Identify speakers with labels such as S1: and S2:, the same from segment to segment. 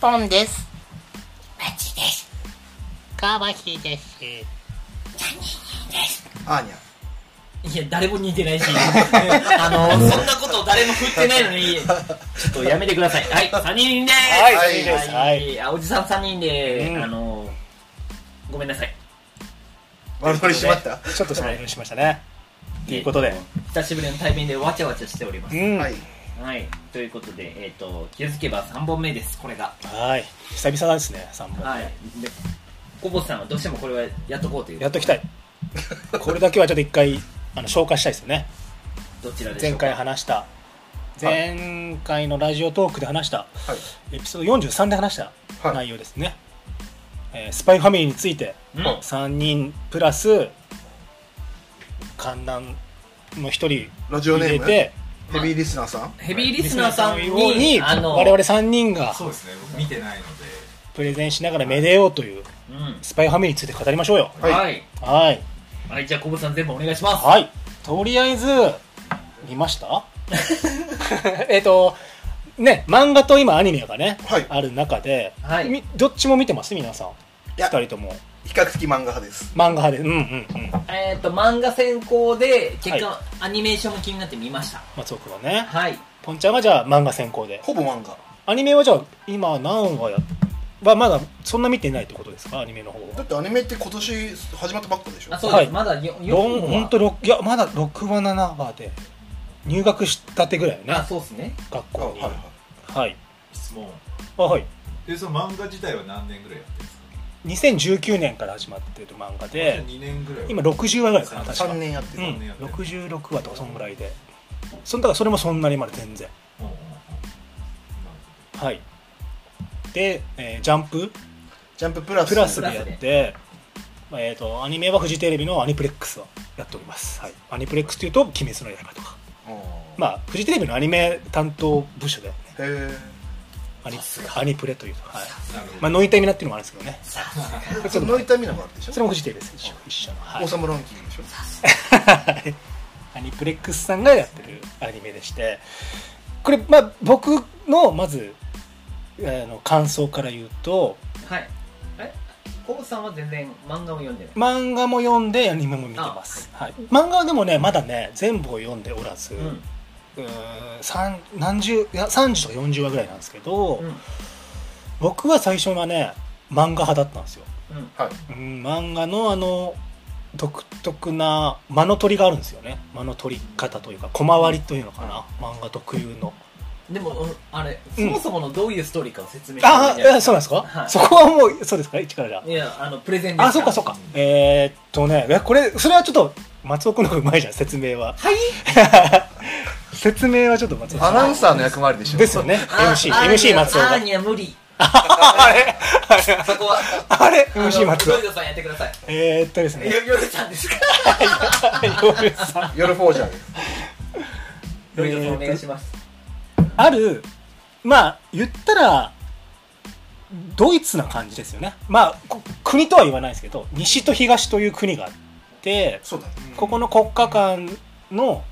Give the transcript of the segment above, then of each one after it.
S1: ポンです。
S2: マジです。
S1: かわしです。
S3: アーニャ
S2: いや、誰も似て ないし、あの、そんなこと誰も振ってないの に、ちょっとやめてください。はい、3人でーす
S3: はい
S4: 三人ですはい
S2: あおじさん3人で、
S4: うん
S2: あの、ごめんなさい。
S3: 悪乗りしまった、
S4: ちょっとその辺しましたね。ということで、
S2: 久しぶりの対面でわちゃわちゃしております
S4: う。ん、
S3: は
S4: はいい、
S2: はい、ということで、えっ、と、気づけば3本目です、これが。
S4: 久々ですね、三本。
S2: はい。で、コボさんはどうしてもこれはやっとこうという。
S4: やっときたい。これだけはちょっと一回あの消化したいですよね。
S2: どちらでしょ
S4: 前
S2: うか
S4: 回話した、前回のラジオトークで話した、
S3: はい
S4: エピソード43で話した
S3: はい
S4: 内容ですね。えースパイファミリーについて
S2: うん
S3: うん
S4: 3人プラス観覧の1人入
S3: ラジオネー
S4: れ
S3: ム
S4: て
S3: ヘビーリスナーさん
S2: ヘビーリスナーさんに、
S4: に
S2: あの、
S4: 我々3人が
S5: そうですね僕見てないので
S4: プレゼンしながらめでようという
S2: うん。
S4: スパイファミリーについて語りましょうよ
S3: はい
S2: はい。
S4: はい
S2: はい、じゃあ、コボさん全部お願いします。
S4: はいとりあえず見ました えっとね漫画と今アニメがね、
S3: はい
S4: ある中で、
S2: はい
S4: みどっちも見てます皆さん
S3: いや
S4: 2人とも
S3: 比較的漫画派です
S4: 漫画派でうんうんうん
S2: えっ、と、漫画専攻で、結果、
S4: は
S2: アニメーションも気になって見ました。
S4: 松尾君はね
S2: はい。
S4: ポンちゃんはじゃあ漫画専攻で
S3: ほぼ漫画
S4: アニメはじゃあ今何話やはまだそんな見てないってことですかアニメの方
S3: だ
S4: は
S3: ってアニメって今年始まったばっかでしょ
S2: あ、そうです。
S4: はい
S2: まだよ4
S4: 四
S2: 本は
S4: 本当六いやまだ6話7話で入学したてぐらいよね
S2: あ、そうですね。
S4: 学
S3: あ
S4: 校
S3: はい
S4: に
S3: は
S4: はいい
S5: 質問
S4: あはい
S5: でその漫画自体は何年ぐらいやってるんですか
S4: 2019年から始まってる漫画で
S5: 2年ぐらいは
S4: 今60話ぐらいかな確か
S3: 3年やって
S4: う
S3: る、
S4: ん66話とかそんぐらいでそんだからそれもそんなにまで全然
S5: うんうんうん
S4: はいで、えージャンプ
S3: ジャンププラス
S4: プラスでやって、まあえー、とアニメはフジテレビのアニプレックスをやっております、はい、アニプレックスというと「鬼滅の刃」とか
S3: うん
S4: まあフジテレビのアニメ担当部署だよね
S3: へえ
S4: アニアニプレというと、はい
S5: なるほど
S4: まあ、ノイタイミナっていうのもあるんですけどね
S3: その痛みのがあるでしょ
S4: それもフジテレビです一緒一緒の、はい
S3: 王、様ランキングでしょ
S4: はいアニプレックスさんがやってるアニメでしてこれ、まあ、僕のまずあの感想から言うと
S2: はい。え、コボさんは全然漫画を読んでない。
S4: 漫画も読んでアニメも見てます、はい、漫画はでもねまだね全部を読んでおらず、
S2: うん。
S4: うーん三何十いや30とか40話ぐらいなんですけど、
S2: うん。
S4: 僕は最初はね漫画派だったんですよ、
S2: うん。
S3: はい
S4: うん、漫画のあの独特な間の取りがあるんですよね間の取り方というか小回りというのかな漫画特有の
S2: でも、うんあれ、そ
S4: うん
S2: もそものどういうストーリーかを説明して
S4: あ
S2: い
S4: あそうなんですか、
S2: はい
S4: そこはもうそうですか一からじゃ
S2: いや、あの、プレゼンです
S4: ああそっかそっかえー、っとねいやこれそれはちょっと松尾君の方がうまいじゃん説明は
S2: はい
S4: 説明はちょっと松尾
S3: アナウンサーの役割でしょ
S4: ですよね MC
S2: あ
S4: MC 松尾
S2: あ
S4: が
S2: ーには無理。
S4: あれ
S2: そこは、
S4: あれ
S2: あの
S4: MC 松尾
S2: ヨルさんやってください。
S4: えー、っとです
S2: ヨ
S4: ね
S2: ヨルさんですか
S4: 夜さん
S3: 夜フォージャーです
S2: ヨルさんお願いします。
S4: あるまあ言ったらドイツな感じですよねまあこ国とは言わないですけど西と東という国があって
S3: そうだね
S4: ここの国家間の、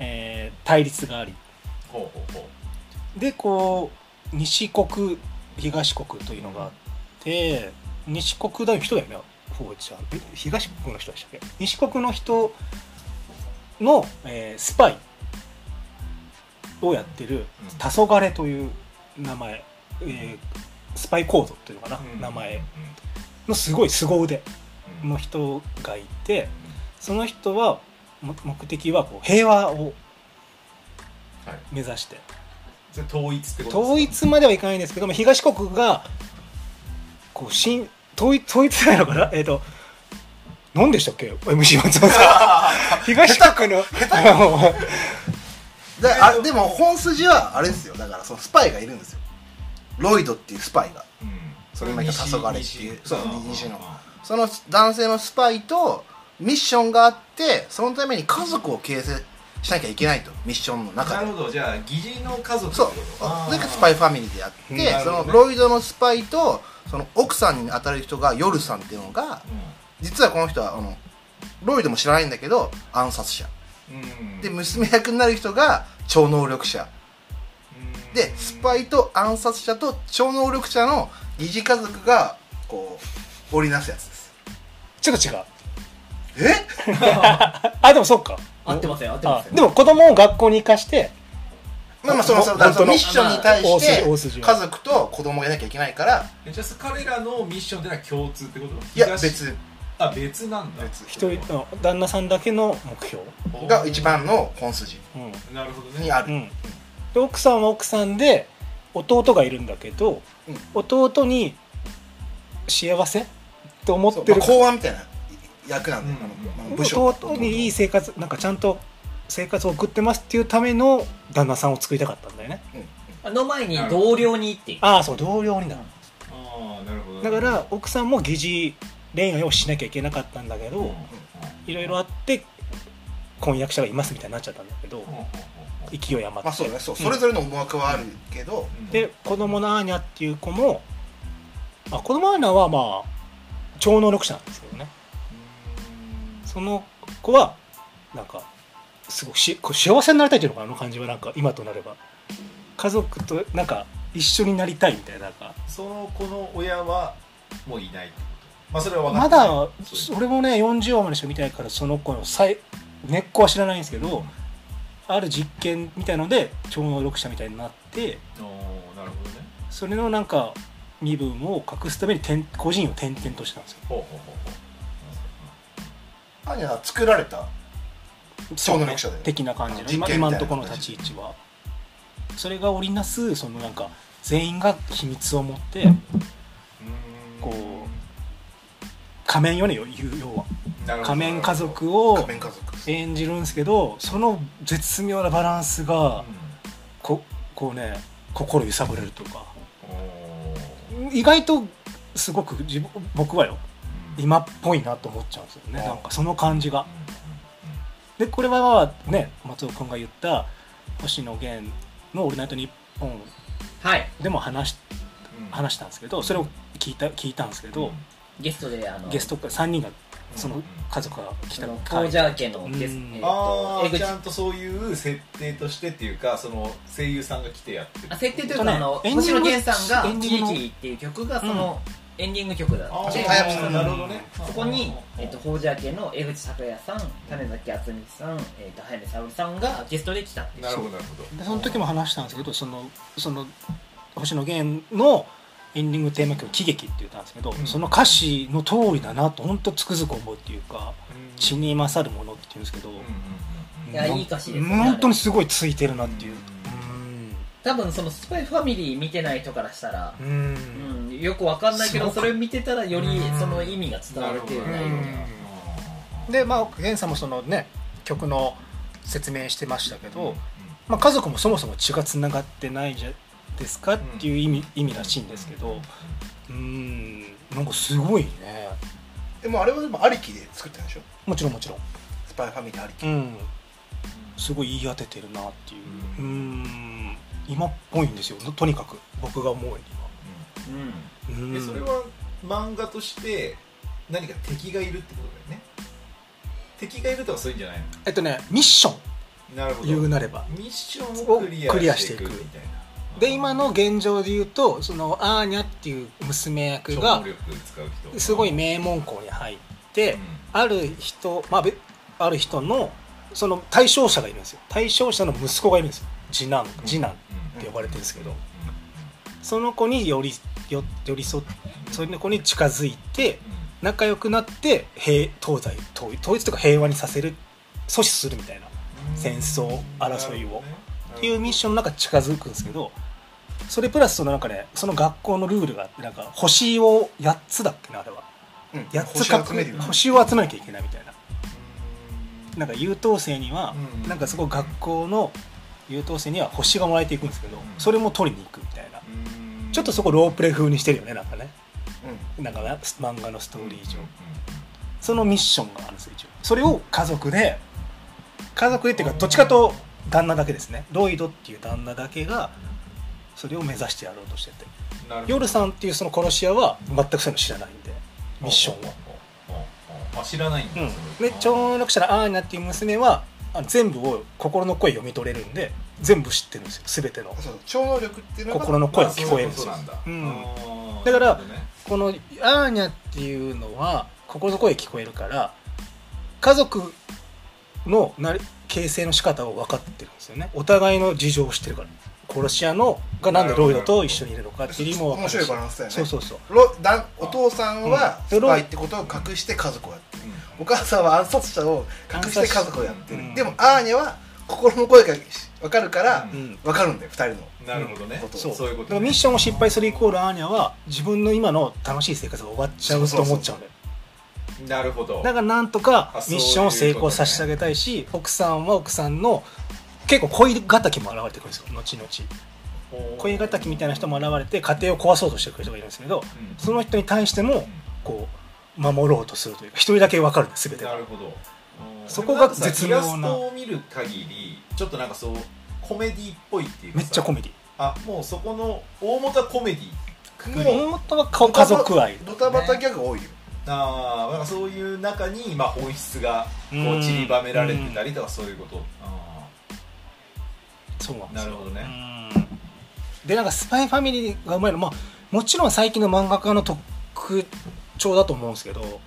S4: えー対立があり
S5: ほうほうほ
S4: でこう西国東国というのがあって西国の人だよねほうちゃんえ東国の人でしたっけ西国の人の、えースパイをやってる「黄昏という名前、えースパイコードというのかな、
S5: ううん
S4: 名前のすごい凄腕
S5: うん
S4: の人がいてその人はも目的はこう平和を
S5: はい
S4: 目指して
S5: それ統一ってこと
S4: 統
S5: か
S4: 一まではいかないんですけども東国がこう新統一統一じゃないのかなえっ、と何でしたっけ MC 松本さ ん東国の
S3: であでも本筋はあれですよだからそのスパイがいるんですよロイドっていうスパイが
S5: うん
S3: それ今言った黄昏っていう
S5: 西
S3: そう西
S5: 西
S3: のその男性のスパイとミッションがあってそのために家族を形成しなきゃいけないとミッションの中
S5: な
S3: で
S5: るほどじゃあ義理の家族
S3: そう
S5: あー
S3: なんかスパイファミリーでやって、
S4: うん
S3: そ
S5: なるほど
S3: の
S5: ね
S3: ロイドのスパイとその奥さんに当たる人がヨルさんっていうのが実はこの人はあのロイドも知らないんだけど暗殺者
S5: うんうん
S3: で娘役になる人が超能力者
S5: うん
S3: でスパイと暗殺者と超能力者の疑似家族がこう織りなすやつです
S4: ちょっと違う
S3: え
S4: あでもそっか
S2: 合ってません合ってま
S4: あ
S2: せん
S4: でも子供を学校に行かして
S3: まあまあそのそのだからそのミッションに対
S4: 大
S3: して
S4: 筋大筋を
S3: 家族と子供がいなきゃいけないから
S5: えじゃあ彼らのミッションってのは共通ってこと
S3: いや
S5: 東
S3: 別
S5: あ別なんだ
S4: 一人の旦那さんだけの目標、
S3: 別が一番の本筋
S4: うん
S5: なるほど
S3: に
S5: ね
S3: あ
S4: う
S3: る、
S4: ん、で奥さんは奥さんで弟がいるんだけど、
S3: うん
S4: 弟に幸せって思ってる
S3: まあ公安みたいな役なんで、
S5: うん
S3: あのまあ
S4: でも
S3: 武将
S4: 弟にいい生活なんかちゃんと生活を送ってますっていうための旦那さんを作りたかったんだよね
S3: うんうん
S2: の前に同僚に行って
S4: ああそう同僚にな
S5: ああなるほど
S4: だから奥さんも疑似恋愛をしなきゃいけなかったんだけ
S5: うんうん
S4: どいろいろあって婚約者がいますみたいになっちゃったんだけど
S5: うんうんうん
S4: 勢い余って、
S3: まあそうだねそう、
S4: ん
S3: それぞれの思惑はあるけど、
S5: うん
S4: で子供のアーニャっていう子も、あ、子供アーニャはまあ超能力者なんですけどねその子はなんかすごくしこう幸せになりたいというのかなあの感じはなんか今となれば家族となんか一緒になりたいみたいななんか
S5: その子の親はもういないってことまあそれは分か
S4: ま
S5: ってない
S4: だ
S5: そういう
S4: 俺もね40話までしか見てないからその子の最根っこは知らないんですけどある実験みたいので超能力者みたいになって
S5: おーなるほどね
S4: それのなんか身分を隠すために転個人を転々としたんですよ
S5: ほうほうほうほ
S3: アー
S5: う
S3: ニャは作られた超能力者だよね
S4: 的な感じの
S3: 実験み
S4: 今
S3: たいな
S4: 今のところの立ち位置はそれが織りなすそのなんか全員が秘密を持って
S5: うん
S4: こ仮面よねよ要は
S5: なるほど
S4: 仮面家族
S3: 仮
S4: を
S3: 面家族です
S4: 演じるんですけどその絶妙なバランスがここうね心揺さぶれるというか
S5: うんおー
S4: 意外とすごく自分僕はよ
S5: うん
S4: 今っぽいなと思っちゃうんですよねなんかその感じが
S5: うんうんう
S4: で
S5: ん
S4: これはね松尾君が言った星野源の「オールナイトニッポン
S2: はい」
S4: でも話し
S5: うん
S4: 話したんですけどそれを聞いた聞いたんですけど、
S2: ゲストであの
S4: ゲスト3人がその
S5: うん
S4: 家族が来た
S2: その
S4: 回
S2: 高ジャー家のゲス
S4: う
S2: ト
S4: ん
S2: えっ
S5: あ
S2: と
S5: あ
S2: 江口
S5: ちゃんとそういう設定としてっていうかその声優さんが来てやってる
S2: あ設定という
S4: えっとね
S2: かあの
S4: エンデ
S2: 星
S4: ィング
S2: 野源さん
S4: エ
S2: が「
S4: ンデ
S2: キ
S4: ィング
S2: リ
S4: の
S2: キリ」っていう曲がそのエンディング曲だ
S5: あ
S2: っ
S5: あ
S2: た
S3: ち
S2: で
S3: ょっと早
S5: なるほどね
S2: そこに、えっと、ホージャー家の江口拓也さん、種崎敦美さん、えっと、早見沙織さんがゲストで来た。
S5: なるほどなるほど
S4: でその時も話したんですけどそのその星野源のエンディングテーマ曲「喜劇」って言ったんですけど、
S5: うん
S4: その歌詞の通りだなと本当つくづく思うっていうか
S5: うん
S4: 血に勝るものって言うんですけど、
S5: うんうんうん
S2: いや
S4: うん
S2: いい歌詞ですね
S4: 本当にすごいついてるなっていう
S2: 多分、そのスパイファミリー見てない人からしたら
S4: う、ん
S2: うん、よくわかんないけど、
S4: すご
S2: そ
S4: く
S2: れ見てたらより
S4: うん
S2: その意味が伝わるっていう
S5: な
S2: 内
S5: る
S2: 容
S5: ほど
S2: で。
S5: ね
S4: でまあ源さんもそのね曲の説明してましたけど、
S5: うんうん
S4: まあ、家族もそもそも血がつながってないじゃですかっていう意味,、意味らしいんですけどうーんなんかすごいね
S3: でもあれはでもありきで作ったんでしょ
S4: もちろんもちろん
S3: スパイファミリーありき
S4: うんすごい言い当ててるなっていううーん今っぽいんですよとにかく僕が思うには
S2: うん
S4: う
S5: うん
S4: ー
S5: で
S4: ん
S5: それは漫画として何か敵がいるってことだよね敵がいるとかそういうんじゃない
S4: えっとねミッション
S5: のなるほど
S4: 言うなれば
S5: ミッションをクリア
S4: クリアし
S5: してて
S4: い
S5: い
S4: く
S5: くみたいな
S4: で今の現状で言うとそのアーニャっていう娘役
S5: 超
S4: が
S5: 能力使う人
S4: すごい名門校に入って、
S5: うん
S4: ある人、まあ、べある人のその対象者がいるんですよ対象者の息子がいるんですよ次男次男って呼ばれてるんですけどその子に寄りよ寄り添っその子に近づいて仲良くなって平東西統一統一とか平和にさせる阻止するみたいなっ戦争争いをていうミッションの中近づくんですけどそれプラスそのなんかねその学校のルールがあってなんか星を8つだっけなあれは
S3: うん
S4: 8つ
S3: 星集めるよ
S4: 星を集めなきゃいけないみたいななんか優等生には、
S5: うん
S4: なんかすごい学校の優等生には星がもらえていくんですけど、
S5: うん
S4: それも取りに行くみたいな、ちょっとそ
S5: こ
S4: こロープレイ風にしてるよねなんかね
S3: うん
S4: なんかな漫画のストーリー上そのミッションがあるんですよ一応それを家族で家族でっていうかどっちかと旦那だけですねロイドっていう旦那だけがそれを目指してやろうとしてて夜さんっていうその殺し屋は全くそういうの知らないんでミッションを
S5: あ知らないんだ
S4: うん
S5: それ
S4: で超能力者のアーニャっていう娘はあ全部を心の声読み取れるんで全部知ってるんですよ全ての
S3: そうそう超能力っていうのが
S4: 心の声が聞こえるんです
S5: そう
S4: よ
S5: なんだ
S4: うん
S5: あー
S4: だから
S5: なるほどね
S4: この「アーニャ」っていうのは心の声聞こえるから家族のなり形成の仕方を分かってるんですよねお互いの事情を知ってるから殺し屋のがなんでロイドと一緒にいるのかっていう理由も分
S3: 面
S4: か
S3: 白
S4: る
S3: い
S4: し
S3: バランスだよね
S4: そうそうそう
S3: ロだお父さんは
S4: うん
S3: スパイってことを隠して家族をやってる、
S5: う
S3: お母さんは暗殺者を隠して家族をやってる、
S4: 暗殺者うん
S3: でもアーニャは心の声が分かるから
S4: う
S5: うん
S3: 分かるんだよ2人の
S5: んなるほどね
S3: こと
S5: そうそういうこ
S4: だか
S5: とね
S4: らミッションを失敗するイコールアーニャは自分の今の楽しい生活が終わっちゃうと思っちゃうんだよ
S5: なるほど
S4: だからなんとか
S5: あそうい
S4: ミ
S5: う
S4: ッションを成功させてあげたいし奥さんは奥さんの結構恋敵も現れてくるんですよ後々恋敵みたいな人も現れて家庭を壊そうとしてくる人がいるんですけど
S5: うん
S4: その人に対してもこう守ろうとするというか一人だけ分かるんです全て
S5: な
S4: が
S5: るほど
S4: そこが絶妙な
S5: でもんかさイラストを見る限りちょっとなんかそうコメディっぽいっていうか
S4: め
S5: さ
S4: っちゃコメディ
S5: あもうそこの大元はコメディ
S3: もう
S4: 本当はか家族愛
S3: ドタバタギャグ多いよ
S5: あーなんかそういう中に、まあ、本質が
S4: う
S5: こ
S4: ん
S5: う散りばめられてたりとかそういうことあ
S4: そうなん
S5: ー
S4: ですよ
S5: なるほどね
S4: うんでなんかスパイファミリーがうまいのまあもちろん最近の漫画家の特徴だと思うんですけど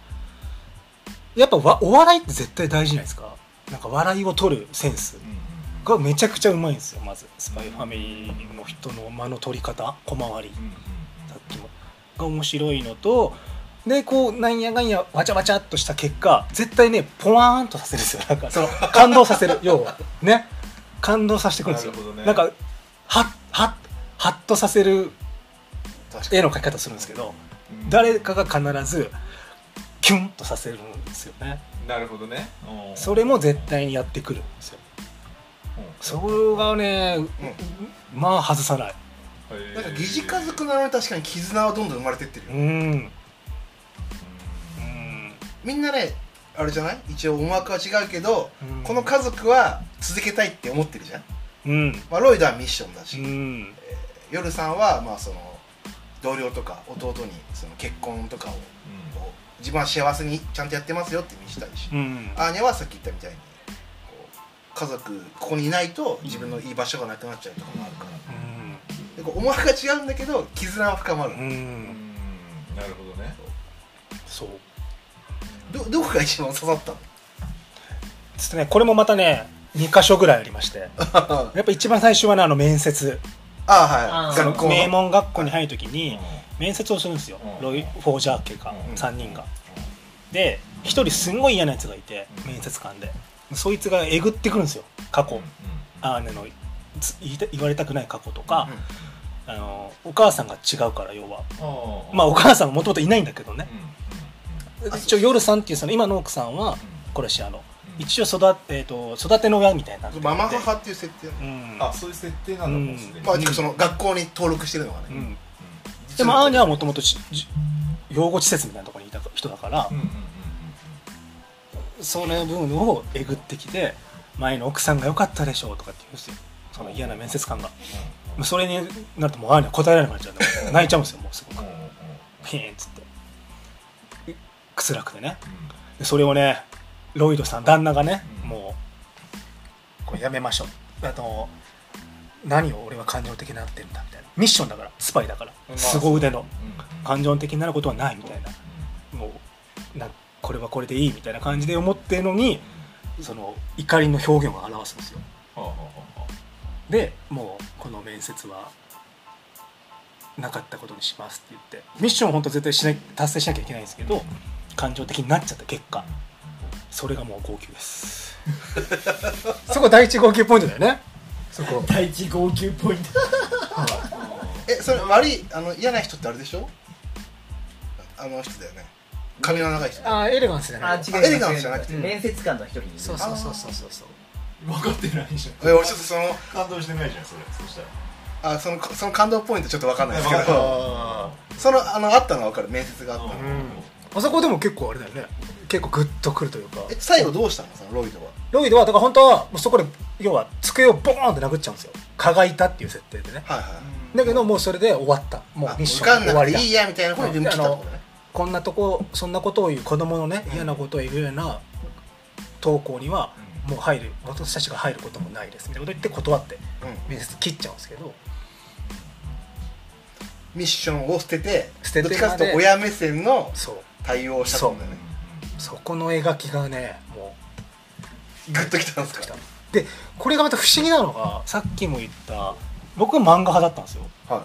S4: やっぱわお笑いって絶対大事じゃないですかなんか笑いを取るセンス
S5: うんうん
S4: がめちゃくちゃうまいんですよまずスパイファミリーの人の間の取り方小回り
S5: うんうん
S4: さっきもが面白いのとでこうなんやかんやわちゃわちゃっとした結果絶対ねポワーンとさせるんですよなんかその感動させる要はね感動させてくるんですよ
S5: なるほどね
S4: んかはっはっはっとさせる
S3: 確か
S4: 絵の描き方するんですけど
S5: うんうん
S4: 誰かが必ずキュンとさせるんですよね
S5: なるほどねおー
S4: それも絶対にやってくるんですよそれがね、まあ外さない
S5: うんへー
S3: になんか疑似家族なのに確かに絆はどんどん生まれてってるよ、
S4: うんう
S5: うん
S4: ん
S3: みんなねあれじゃない一応思惑は違うけど、
S4: うん
S3: この家族は続けたいって思ってるじゃん、
S4: うん
S3: まあ、ロイドはミッションだし、
S4: うん
S3: 夜さんはまあその同僚とか弟にその結婚とかを
S5: うん
S3: こう自分は幸せにちゃんとやってますよって見せたいし、
S4: うん
S3: アーニャはさっき言ったみたいにこう家族ここにいないと自分の居場所がなくなっちゃうとかもあるから、でこう思惑が違うんだけど絆は深まる、
S4: うんうん
S5: うんなるほどね
S4: そう
S3: どどこが一番刺さったの
S4: ちょっとねこれもまたね2箇所ぐらいありましてや
S3: あ
S4: っぱ一番最初はねあの面接
S3: あはい
S1: あの
S3: 学校の
S4: 名門学校に入る時に
S5: う
S4: 面接をするんですよ
S5: うん
S4: ロイ・フォージャー系か
S5: うん
S4: 3人がで1人すんごい嫌なやつがいて
S5: うん
S4: 面接官でそいつがえぐってくるんですよ過
S5: ん
S4: 去
S5: うん
S4: アーネのつ言いた言われたくない過去とか
S3: うん
S4: あのお母さんが違うから要は
S5: あー
S4: まあお母さんはもともといないんだけどね
S5: うんうん
S4: 一応夜さんっていうその今の奥さんはこれしあの
S5: うん
S4: 一応育,、えー、と育ての親みたいになってて
S3: ママ母っていう設定なの
S4: うん
S5: あそういう設定なんだもうすでに
S3: まあ、てかその学校に登録してるのがね、
S4: うん、
S5: う
S4: でもアーニャはもともとしじ養護施設みたいなところにいた人だから
S5: んうんうんうん
S4: その分をえぐってきて前の奥さんが良かったでしょうとかって言うんですよその嫌な面接官がもうそれになるともうアーニャ答えられなくなっちゃうんで泣いちゃうんですよもうすご
S5: うん
S4: く
S5: うんうんうん
S4: ピーンっつってくすらくてねでそれをねロイドさん旦那がね
S5: うん
S4: もうこれやめましょうあの何を俺は感情的になってるんだみたいなミッションだからスパイだか
S5: ま
S4: ら
S5: あ
S4: 凄腕の
S5: うんうん
S4: 感情的になることはないみたいなもうなこれはこれでいいみたいな感じで思ってるのにその怒りの表現を表すんですよ
S5: はあはあはあはあ
S4: でもうこの面接はなかったことにしますって言ってミッションを本当絶対しない達成しなきゃいけないんですけど感情的になっちゃった結果それがもう号泣ですそこ第一号泣ポイントだよねそこ
S2: 第一号泣ポイント
S3: えそれ悪いあの嫌な人ってあれでしょあの人だよね髪の長い人
S4: ああエレガンスだね
S2: あ違う
S3: あエレガンスじゃなくて
S2: 面接官の一人に
S4: そうそうそうそうそうそう
S5: 分かってないじゃ
S3: え
S5: ん
S3: 俺ちょっとその
S5: 感動してないじゃんそれそしたら
S3: あそのその感動ポイントちょっとわかんないですけ
S5: わかんない
S3: どそのあのあったのはわかる面接があったの、
S5: うん
S4: あそこでも結構あれだよね結構グッとくるというか
S3: え最後どうしたのそのロイドは
S4: ロイドはだから本当はもうそこで要は机をボーンって殴っちゃうんですよ蚊がいたっていう設定でね
S3: はいはい、
S4: だけどもうそれで終わったもう
S3: あ
S4: ミッシ
S3: 受
S4: ョ
S3: か
S4: ン
S3: ん
S4: 終
S3: な
S4: わ
S3: く
S4: り
S3: て
S4: だ
S3: いいやみたいなことで来たってことね
S4: こんなとこそんなことを言う子供のね嫌なことを言うような投稿にはもう入る私たちが入ることもないですみたいなこと言って断って
S3: うん
S4: 面接切っちゃうんですけど
S3: ミッションを捨てて
S4: 捨てて
S3: どっちかというと親目線の
S4: そう
S3: 対応をしたと思うんだよね
S4: そこの描きがねも
S3: グッときたんです
S4: う
S3: か
S4: きたでこれがまた不思議なのがさっきも言った僕は漫画派だったんですよ
S3: は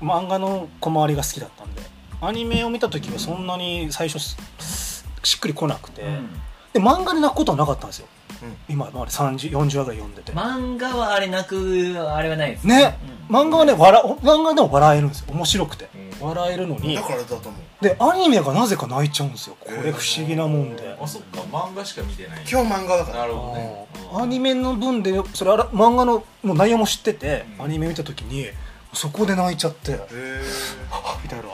S4: 漫画の小回りが好きだったんでアニメを見た時はそんなに最初ししっくりこなくて、で漫画で泣くことはなかったんですよ、
S3: うん
S4: 今まで30 40話ぐらい読んでて、
S2: 漫画はあれなくあれはないです
S4: ね
S2: うん
S4: 漫画はね笑お漫画でも笑えるんですよ面白くて笑えるの
S3: い
S4: に
S3: だからだと思う
S4: でアニメがなぜか泣いちゃうんですよこれ不思議なもんで、
S5: あそっか漫画しか見てない
S3: 今日漫画だから
S5: なるほどね
S4: アニメの分でそれあら漫画のもう内容も知ってて、
S5: うん
S4: アニメ見た時にそこで泣いちゃって
S3: へえ
S4: みたいな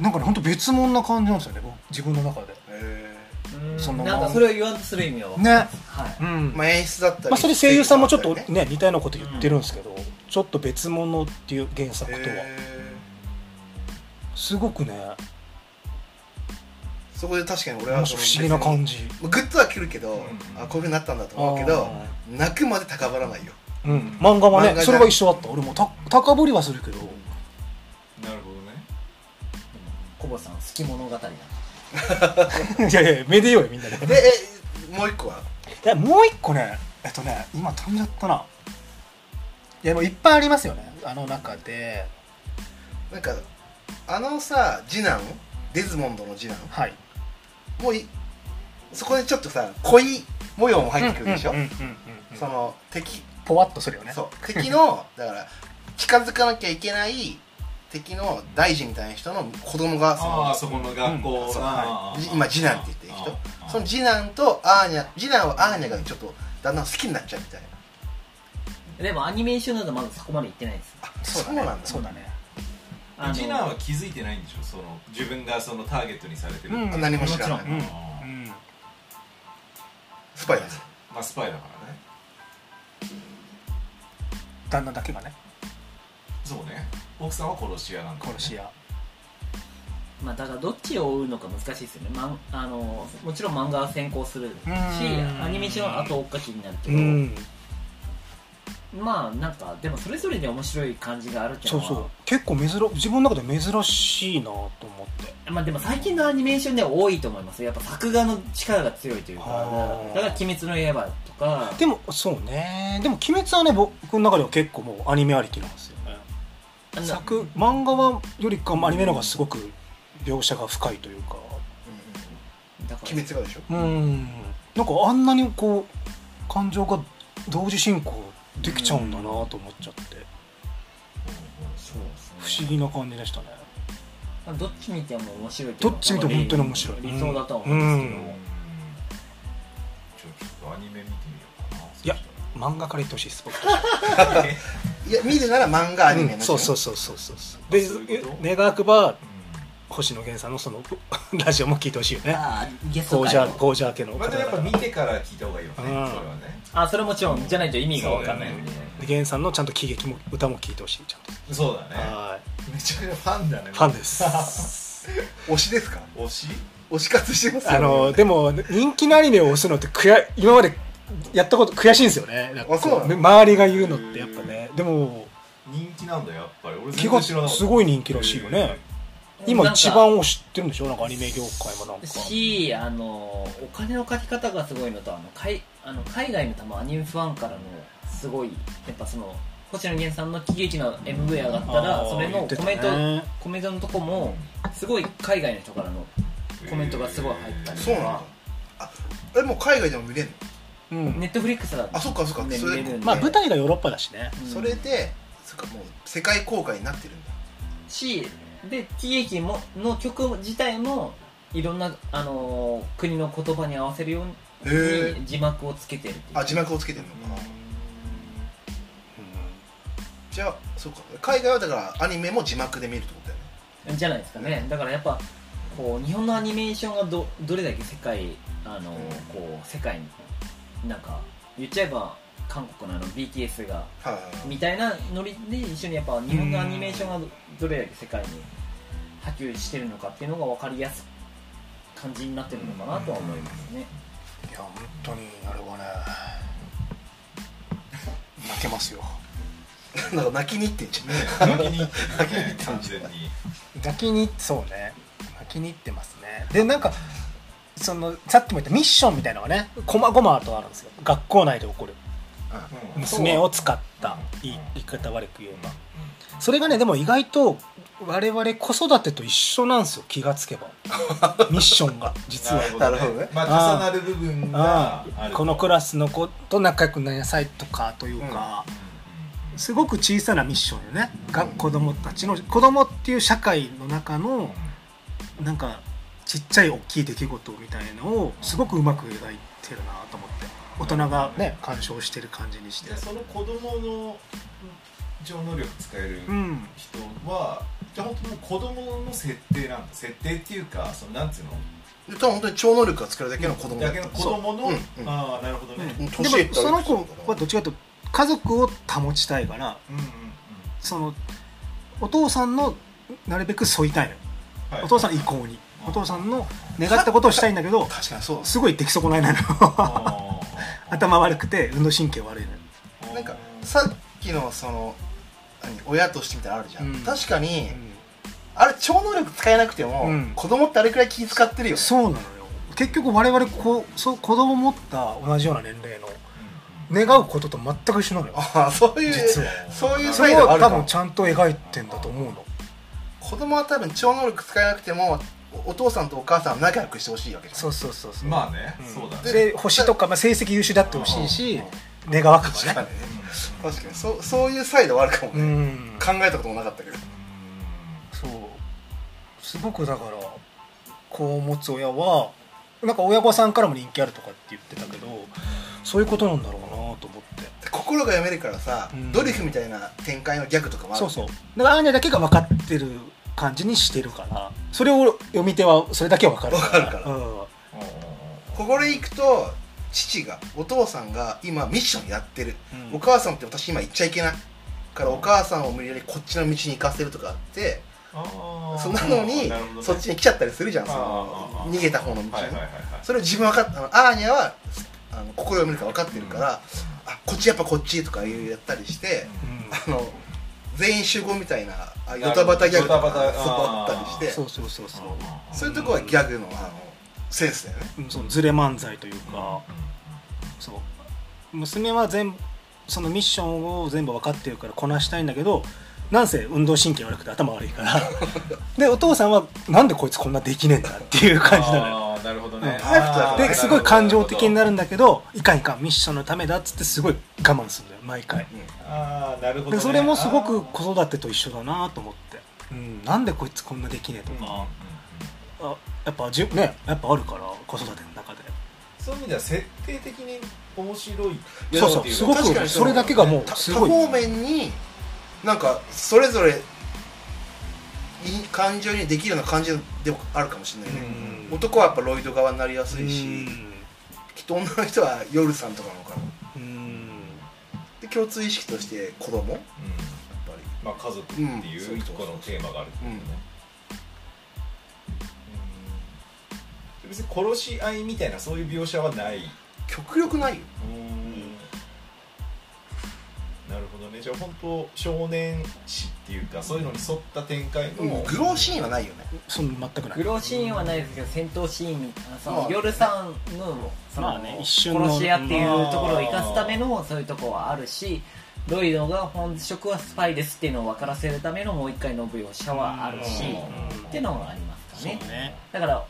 S4: なんかね本当別物な感じなんですよね僕自分の中で
S3: へ
S2: うん
S4: その
S2: なんかそれを言わんとする意味は分かる
S4: ね
S2: はい
S4: うん
S3: えまあ演出だったり
S4: まあ、それ声優さんもちょっ
S3: ス
S4: と
S3: テージ
S4: ね似たようなこと言ってるんですけど、ちょっと別物っていう原作
S3: だった
S4: と
S3: り
S4: は
S3: ねへ
S4: すごくね
S3: えそこで確かに俺
S4: 不
S3: は
S4: 思
S3: その
S4: 議な感じ
S3: グッとは来るけど、
S5: ん
S3: あこういうふうになったんだと思うけど
S4: あ
S3: 泣くまで高ぶらないよ
S4: ーうん、漫画は
S3: 漫画じゃ
S4: ね
S3: ん
S4: それは一緒だった俺もた高ぶりはするけど
S5: なるほどね
S2: コボさん好き物語だ
S4: いやいやめでようよみんなで
S3: でえもう一個は
S4: でもう一個ねえっとね今飛んじゃったないやもういっぱいありますよねあの中で
S3: なんかあのさ次男デズモンドの次男
S4: はい
S3: もういそこでちょっとさ恋模様も入ってくるでしょ、
S4: うんうんうんうん
S3: その敵
S4: ぽわっとするよね
S3: そう敵のだから近づかなきゃいけない敵の大臣みたいな人の子供がその
S5: ああそこの学校
S3: そう
S5: あ
S3: はい
S5: ー
S3: じ今次男って言ってる人
S5: あー
S3: その次男とアーニャ次男はアーニャがちょっとだんだん好きになっちゃうみたいな
S2: でもアニメーションだとまだそこまで行ってないです
S3: あ
S4: ね
S3: なんだ
S4: そうだね
S2: あの
S5: 次男は気づいてないんでしょその自分がそのターゲットにされてる、
S4: うん
S3: あ何も知らない
S5: あ
S4: う
S5: ー
S4: んうん
S3: スパイです
S5: まあスパイだからね
S4: 旦那だけがね
S5: そうね奥さんは殺し屋なんだ、ね、
S4: 殺し屋
S2: まあ、だからどっちを追うのか難しいですよね、まん、あのもちろん漫画は先行するし
S4: うん
S2: アニメーションは後追っかけになるけど、まあなんかでもそれぞれで面白い感じがあるっていう
S4: そ
S2: の
S4: う
S2: は
S4: そう結構珍自分の中で珍しいなと思って
S2: まあ、でも最近のアニメーションでは多いと思いますやっぱ作画の力が強いというか
S4: あー
S2: だから「鬼滅の刃」とか
S4: でもそうねでも「鬼滅」はね僕の中では結構もうアニメありきなんですよね
S2: あの
S4: 作漫画はよりかもアニメの方がすごく描写が深いというか
S2: だから
S3: 鬼滅がでしょ
S4: うんなんかあんなにこう感情が同時進行できちゃうんだなと思っちゃって
S2: そう
S4: 不
S2: ですね
S4: 思議な感じでしたね
S2: まあどっち見ても面白いってい
S4: ど
S2: うの
S4: っ
S2: は
S4: ち見ても本当に面白い
S2: 理想だとは思うんですけど、
S5: うんちょちょっとアニメ見てみようかない
S4: や漫画から言ってほしいです 僕として
S3: いや見るなら漫画アニメ
S4: う
S3: なんん
S4: そうそうそうそうそうそう
S5: あ
S4: で
S5: そういうこ
S4: 願
S5: と
S4: わくば
S5: う
S4: 星野源さんのそ のラジオも聞いてほしいよね
S2: あーゲス
S4: ゴー
S2: ト
S4: ジャ
S2: 会
S4: ーゴージャー家の
S5: ん
S4: 方
S5: また
S4: だ
S5: やっ
S4: から
S5: ぱ見てから聞いた方がいいよね、
S4: うん
S5: それはね
S2: あそれもちろんじゃないと意味が分かんないの
S4: で
S2: で、
S4: 源さんのちゃんと喜劇も歌も聞いてほしいちゃんと
S5: そうだね
S4: は
S5: めちゃくちゃファンだね
S4: いファンです
S3: 推しですか
S5: 推し
S3: 推し活してますよ、ね、
S4: あのでも人気のアニメを押すのって悔や今までやったこと悔しいんですよねなんかこ
S3: あそうなの
S4: 周りが言うのってやっぱねでも
S5: 人気なんだやっぱり俺
S4: 気
S5: 全
S4: が
S5: 然知らなかった
S4: すごい人気らしいよね今一
S2: なんか
S4: 番を知ってるんでしょなんかアニメ業界もなんか
S2: しあのお金のかけ方がすごいのとあの海あの海外の多分アニメファンからのすごいやっぱその星野源さんの喜劇の MV 上がったら
S4: あー
S2: それ
S4: 言
S2: の
S4: って
S2: コ
S4: た
S2: メ
S4: ね
S2: ント、コメントのとこもすごい海外の人からのコメントがすごい入ったり
S3: そうなんだあえもう海外でも見れるの
S4: うん
S2: ネットフリックスだ
S3: あそっかそっか
S2: ね
S3: それ
S2: 見れるんで
S4: まあ舞台がヨーロッパだしね
S2: うん
S3: それでそっかもう世界公開になってるんだ
S2: しで TH もの曲自体もいろんな、あのー国の言葉に合わせるよう
S3: へ
S2: に字幕をつけてるっていう
S3: あ字幕をつけてるのかな、
S4: うん
S3: じゃあそうか海外はだからアニメも字幕で見るってことだよね
S2: じゃないですかねだからやっぱこう日本のアニメーションがどどれだけ世界あの、
S3: うん
S2: こう世界になんか言っちゃえば韓国のあの BTS が
S3: はいはいはい
S2: みたいなノリで一緒にやっぱ日本のアニメーションがどどれだけ世界に波及してるのかっていうのが分かりやすく感じになってるのかなとは思いますね、
S5: な
S4: いや本当にあれはね泣けますよ
S3: なんか泣きに行ってんじゃん
S5: 泣きに行ってるね完全に
S4: 泣きにそうね泣きに行ってますねでなんかそのさっきも言ったミッションみたいなのがねこまごまとあるんですよ学校内で起こる
S5: うん
S4: 娘を使った言い言い方悪く言えばそれがねでも意外と我々子育てと一緒なんですよ気が つけばミッションが実は
S3: なるほどね
S5: まあ重なる部分が
S4: あ
S5: あ
S4: あ
S5: る
S4: このクラスの子と仲良くなりなさいとかというか、すごく小さなミッションよね、が
S3: うん
S4: 子供たちの子供っていう社会の中のなんかちっちゃい大きい出来事みたいのをすごくうまく描いてるなと思って大人がね鑑賞してる感じにして
S5: でその子供の情能力使える
S4: うん
S5: 人はじゃあ本当にもう子供の設定なんだ設定っていうかそのなんつうの
S3: で多分本当に超能力が作るだけの子供だ
S5: だ
S3: っ
S5: け
S3: た
S5: の子供の、
S3: そううんうん
S5: ああなるほどね、
S4: でも
S3: 年いったら
S4: その子はどっちかというと家族を保ちたいから
S5: うんうんうん
S4: そのお父さんのなるべく添いたいのよ
S5: はい
S4: お父さんの意向にお父さんの願ったことをしたいんだけど
S3: 確かにそう
S4: すごい出来損ないなの
S5: あ ー
S4: 頭悪くて運動神経悪いのよ
S5: あ ー
S3: なんかさっきのその何親としてみたいなのあるじゃん、
S4: うん
S3: 確かに、あれ超能力使えなくても、
S4: うん
S3: 子供ってあれくらい気使ってるよ
S4: そうなのよ結局我々こうそう子供持った同じような年齢の願うことと全く一緒なのよ
S3: ああそういう
S4: 実は
S3: そういう
S4: そ
S3: サイ
S4: れ
S3: ド
S4: を
S3: があるか
S4: 多
S3: も
S4: 分ちゃんと描いてんだと思うの
S3: 子供は多分超能力使えなくてもおお父さんとお母さんは仲良くしてほしいわけじゃん
S4: そうそうそうそう
S5: まあね、
S4: ん
S5: そうだね
S4: で星とか、まあ、成績優秀だってほしいし願わく
S3: 確
S4: ば
S3: か
S4: ね
S3: にね確かにそうそういうサイドはあるかも
S4: う
S3: ね、
S4: ん
S3: 考えたこともなかったけど
S4: そうすごくだから子を持つ親はなんか親御さんからも人気あるとかって言ってたけどそういうことなんだろうなと思って
S3: 心が読めるからさ、
S4: うん
S3: ドリフみたいな展開のギャグとかもある
S4: そうそうだからアーニャだけが分かってる感じにしてるからそれを読み手はそれだけは分かるか
S3: 分
S4: ら
S3: かるから
S4: うん
S5: うんうんうん
S3: ここで行くと父がお父さんが今ミッションやってる、
S4: うん
S3: お母さんって私今行っちゃいけないからお母さんを無理やりこっちの道に行かせるとかあって
S5: あー
S3: そんなのに
S5: るほどね
S3: そっちに来ちゃったりするじゃんそ
S5: あ
S3: の
S5: ー
S3: 逃げた方の道に、
S5: はいはいはいはい
S3: それを自分は分かったあのアーニャはあの心読めるから分かってるから、あこっちやっぱこっちとかいうやったりして、あの全員集合みたいなあヨタバタギャグとか
S5: ヨタバタ
S3: そうあったりして
S4: そ
S3: そう
S4: そうそうそう
S3: ういうとこはギャグのあのセンスだよね
S4: うんそのズレ漫才というかそう娘は全部そのミッションを全部分かってるからこなしたいんだけどなんせ運動神経悪くて頭悪いからでお父さんはなんでこいつこんなできねえんだっていう感じなのよ
S5: あーなるほどね
S4: うん
S3: パーフェクトだからね
S4: ですごい感情的にな
S5: る
S4: るんだけどいかんいかんミッションのためだっつってすごい我慢するんだよ毎回
S5: あーなるほど、
S4: で
S5: ね、
S4: それもすごく
S5: あ
S4: 子育てと一緒だなと思って、うん、なんでこいつこんなできねえ
S5: ー
S4: と
S5: うんうんう
S4: か、
S5: ん
S4: あやっぱじゅねやっぱあるから子育ての中で
S5: そういう意味では設定的に面白い
S3: いや
S4: そうそ
S5: って
S4: う
S5: いう
S4: すご
S3: 確か
S4: く
S3: に
S4: それだけがもう
S3: た
S4: す
S3: 多
S4: ごい
S3: 方面になんかそれぞれい感情にできるような感じでもあるかもしれないね、
S4: ん
S3: 男はやっぱロイド側になりやすいし、
S4: う
S3: きっと女の人は夜さんとかなのかなん
S4: うん
S3: で共通意識として子供やっ
S5: うん
S3: ぱり
S5: まあ家族っていう一個のテーマがあるってことね、うん別に殺し合いみたいなそういう描写はない
S3: 極力ないよ
S5: なるほどねじゃあ本当少年誌っていうかそういうのに沿った展開の、
S3: もうグローシーンはないよね
S4: そん全くな
S2: グ
S4: い
S2: ローシーンはないですけど戦闘シーンみたいなそ
S3: まあ
S2: の夜さんのその
S4: まあね一瞬の
S2: 殺し屋っていうところを生かすためのそういうとこはあるしロイドが本職はスパイですっていうのを分からせるためのもう一回の描写はあるし
S5: うん
S2: っていうのもあります
S4: そ
S2: か
S4: う
S2: ね
S4: ね
S2: だから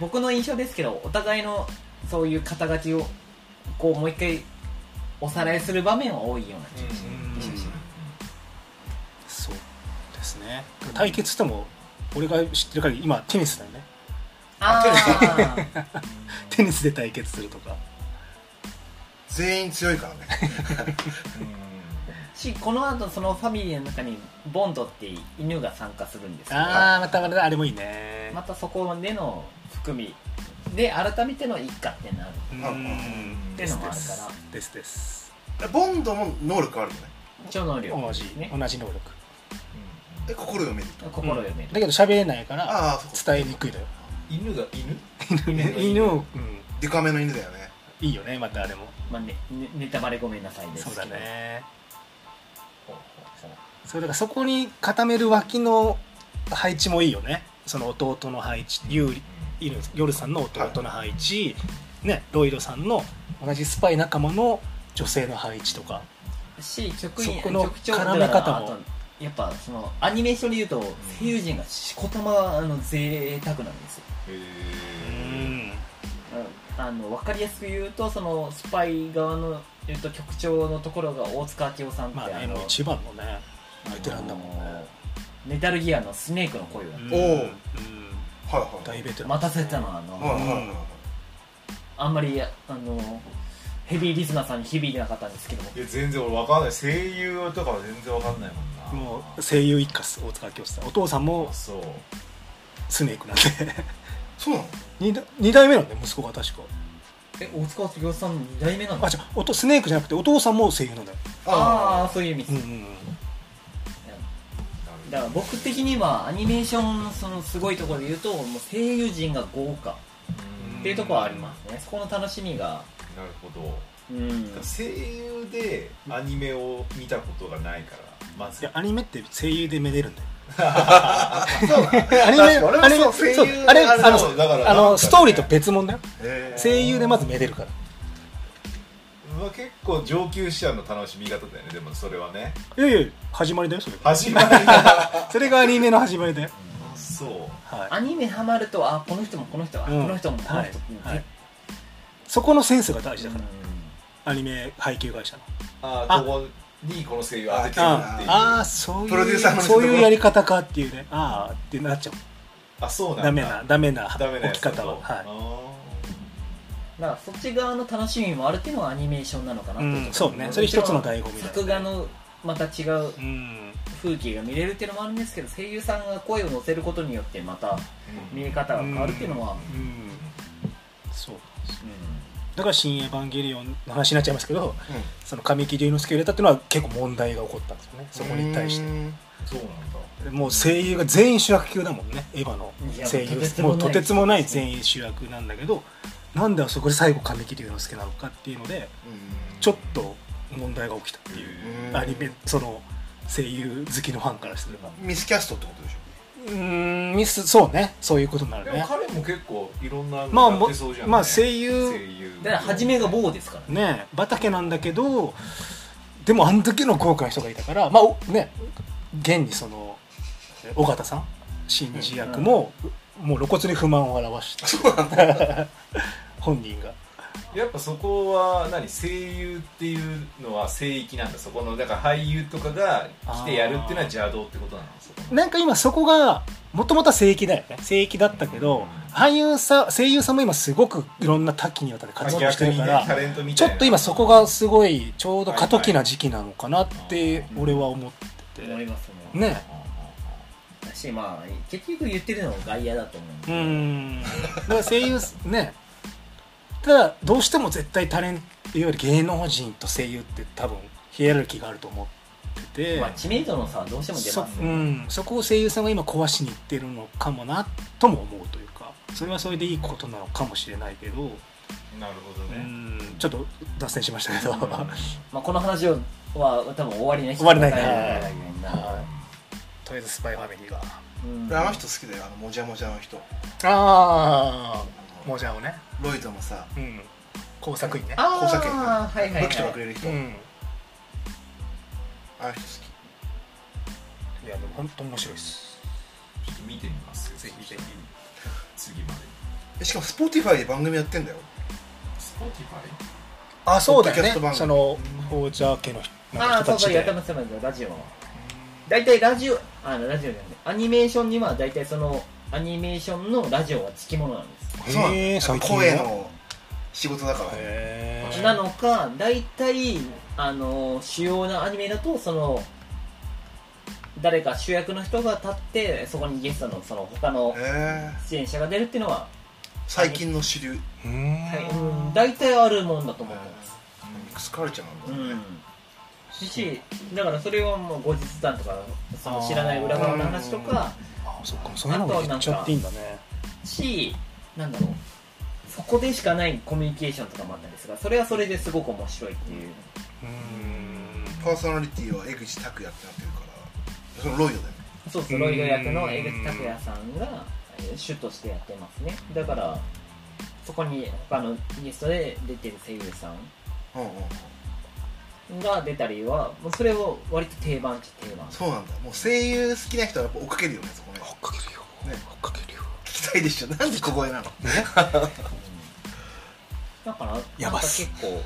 S2: 僕の印象ですけどお互いのそういう肩書きをこうもう一回おさらいする場面は多いような気がします
S4: うんそうですね対決しても俺が知ってる限り今テニスだよね
S2: あー
S4: テニスで対決するとか
S3: 全員強いからね
S2: しこの後そのファミリーの中にボンドっていう犬が参加するんですけど
S4: ああまたまたあれもいいね
S2: またそこでの含みで改めての一家ってなる
S4: う
S5: うん
S2: っていうのもあるから
S4: ですです
S3: ボンドも能力あるよね
S2: 超能力
S4: 同じ
S2: ね
S4: 同じ能力
S3: え心読める
S2: 心読める
S4: だけど喋れないか
S3: あ
S4: ら
S3: あそう
S4: 伝えにくいのよ
S5: 犬が犬
S4: 犬を、うん
S3: デカめの犬だよね
S4: いいよねまたあれも
S2: まあねねネタバレごめんなさいです
S4: そうだね
S5: ほうほうほう
S4: それだからそこに固める脇の配置もいいよねその弟の配置ユーリイルヨルさんの弟の配置、ね、ロイドさんの同じスパイ仲間の女性の配置とか
S2: し局員
S4: そこの
S2: 局長
S4: 絡め方も
S2: だからあとやっぱそのアニメーションで言うと声優陣がしこたまあの贅沢なんですよ
S5: へ
S4: う
S5: え
S4: ん
S2: あの分かりやすく言うとそのスパイ側の、えっと、局長のところが大塚明夫さんって、
S4: まあね
S2: の
S4: もう一番のねベテランだもん
S2: あ
S4: ね
S2: のメタルギアのスネークの声をやって
S4: うん
S3: おうは
S4: うん
S3: いはい
S4: 大ベテラン
S2: 待たせたのあの、
S3: はいはいはいはい
S2: あんまりあのヘビーリスナーさんに響いてなかったんですけども
S5: いや全然俺わかんない声優とかは全然わかんないもんな
S4: もう声優一家っす大塚明夫さんお父さんも
S5: あそう
S4: スネークなんで
S3: そうなの
S4: 二代二代目なんで息子が確か
S2: え大塚明夫さん2代目なの
S4: あじゃおとスネークじゃなくてお父さんも声優なんだよ
S2: ああそういう意味で
S4: うん
S2: す、
S4: うんうん
S2: だから僕的にはアニメーションのそのすごいところで言うともう声優陣が豪華っていうところはありますね、そこの楽しみが
S5: すなるほど
S2: うん
S5: 声優でアニメを見たことがないからま
S4: い
S5: ず
S4: やアニメって声優でめで るんだよ
S3: そうなの
S4: アニメ
S3: 確か俺も
S4: アニメ
S3: そう声優
S4: そうあれ
S3: あれ
S4: あの
S5: そうだから
S4: あ
S5: なんか
S4: の
S5: ね
S4: ストーリーと別物だよ
S3: へー
S4: 声優でまずめでるから
S5: うわ結構上級者の楽しみ方だよねでもそれはね
S4: いやいや始まりだよそれが
S5: 始まり が
S4: それがアニメの始まりだよ
S5: あそう
S4: は
S2: アニメハマるとあこの人もこの人は、
S4: い、うん
S2: この人もこの人って、
S4: はいはいそこのセンスが大事
S2: う
S4: だ
S2: ん
S4: から、アニメ配給会社の
S5: あ
S4: あ
S5: ここにこの声優当ててるっ
S4: あ
S5: ていう
S4: あ
S5: あ
S4: ーそう
S3: プロデューサー
S4: い
S3: の
S4: う
S3: 人と
S4: そ
S3: か
S4: ういうやり方かっていうねああってなっちゃう
S5: そうなんだ
S4: ダメなダメな
S5: ダメなや
S4: 置き
S5: つ
S4: 方は
S5: だと
S4: は
S2: だからそっち側の楽しみもあるっていうのはアニメーションなのかなっ
S4: い、う
S2: ていうところ、
S4: ん、そうねそれ一つの醍醐味だよね
S2: 作画のまた違う
S4: うん
S2: 風景が見れるっていうのもあるんですけど声優さんが声を乗せることによってまた
S5: あー
S2: 見え方が変わるっていうのは、
S4: うんそうだから「新エヴァンゲリオン」の話になっちゃいますけど
S3: うん
S4: その神木隆之介を入れたっていうのは結構問題が起こったんですよねそこに対し
S3: う
S4: て
S3: ーん
S5: そうなんだ
S4: もう声優が全員主役級だもんねエヴァの声
S2: いやとてつ
S4: 優
S2: も
S4: も
S2: ないう
S4: とてつもない全員主役なんだけどなんであそこで最後神木隆之介なのかっていうのでちょっと問題が起きたっていううんアニメその声優好きのファンからすれば
S3: ミスキャストってことでしょ
S4: うーんミスそうねそういうことになる
S5: でも
S4: ね
S5: 彼も結構いろんな
S4: まあ
S5: のやってそうじゃん、ね
S4: まあ声優
S2: だから初めが
S5: ー
S2: 棒ですからね
S4: ねえ畑なんだけどでもあの時の豪華な人がいたからまあおね現にそのえ尾形さん新次役も、もう露骨に不満を表して 本人が
S5: やっぱそこは何声優っていうのは聖域なんだそこのだから俳優とかが来てやるっていうのは邪道ってことなのそこの
S4: なんか今そこがもともとは正規だよね正規だったけど俳優さ声優さんも今すごくいろんな多岐にわたり活
S5: まあ
S4: 躍してる
S5: 逆に
S4: か
S5: ね
S4: ら、
S5: タレントみ
S4: ち
S5: た
S4: ょ
S5: いな
S4: っと今そこがすごいちょうど過渡期な時期なのかなって俺は思って
S2: 思い
S4: て
S2: ますもん
S4: ね
S2: だしまあ結局言ってるのも外野だと思うんで
S4: うーんだから声優ねただどうしても絶対タレントいわゆる芸能人と声優って多分ヒエラルキーがあると思ってて、
S2: まあ、知名度の差はどうしても出
S4: そ
S2: ます
S4: う
S2: ね
S4: ん、そこを声優さんが今壊しにいってるのかもなとも思うというかそれはそれでいいことなのかもしれないけど、
S5: なるほど
S4: う
S5: ね
S4: んちょっと脱線しましたけど
S2: まあ、この話をは多分終わりない
S4: 終わりないね
S2: な
S4: とりあえずスパイファミリーが
S2: うん
S3: 俺あの人好きだよあのもじゃもじゃの人
S4: ああもじゃをね
S3: ロイドのさ
S4: うん工作員ね
S2: あ
S3: 交差点
S2: あはいはい、
S3: 武器とか
S2: は
S3: くれる
S4: う
S3: 人
S4: ん
S3: あの人好
S4: いやでも本当面白いです
S5: ちょっと見てみます
S4: ぜひぜひ
S5: 次まで
S3: きえしかもスポーティファイで番組やってんだよ
S5: スポーティファイ
S4: あそうだよ
S3: ポッドキャス
S4: ね
S3: ト番組
S4: その紅茶系の人
S2: あ
S4: なんか
S2: あ
S4: 人
S2: そ
S4: た
S2: うそ
S4: ち
S2: う
S4: で
S2: やってますやってますラジオは大体ラジオあのラジオじゃないアニメーションには大体そのアニメーションのラジオは付き物なんです
S4: へー
S3: そうなのやっぱ
S4: 最近
S3: 声の仕事だから
S4: へー
S2: なのか大体あの主要なアニメだとその誰か主役の人が立ってそこにゲストのその他
S3: へ
S2: の
S3: え
S2: 出演者が出るっていうのは、
S3: 最近の主流ミ
S4: うーん
S2: はいうん大体あるもんだと思ってます
S3: ックスカルチャー
S2: う
S3: なんだ
S2: んしだからそれをもう後日談とかその知らない裏側の話とか
S4: あそっかそういうのも言っちゃっていいんだね
S2: しなんだろうそこでしかないコミュニケーションとかもあったんですがそれはそれですごく面白いっていう、
S3: パーソナリティは江口拓也ってなってるからそのロイドだよね
S2: そうそうロイド役の江口拓也さんがえー主としてやってますねだからそこに他のゲストで出てる声優さん
S3: うんうんうん
S2: が出たりはもうそれを割と定番っちゃ定番
S3: そうなんだもう声優好きな人はやっぱ追っかけるよねそこね
S4: 追っかけるよ、
S3: ね
S4: 追っかけるよ
S3: 聞きたいでしょなんで小声なの
S2: だから
S4: や
S2: なん
S4: ばっ
S2: か結
S4: す
S2: 構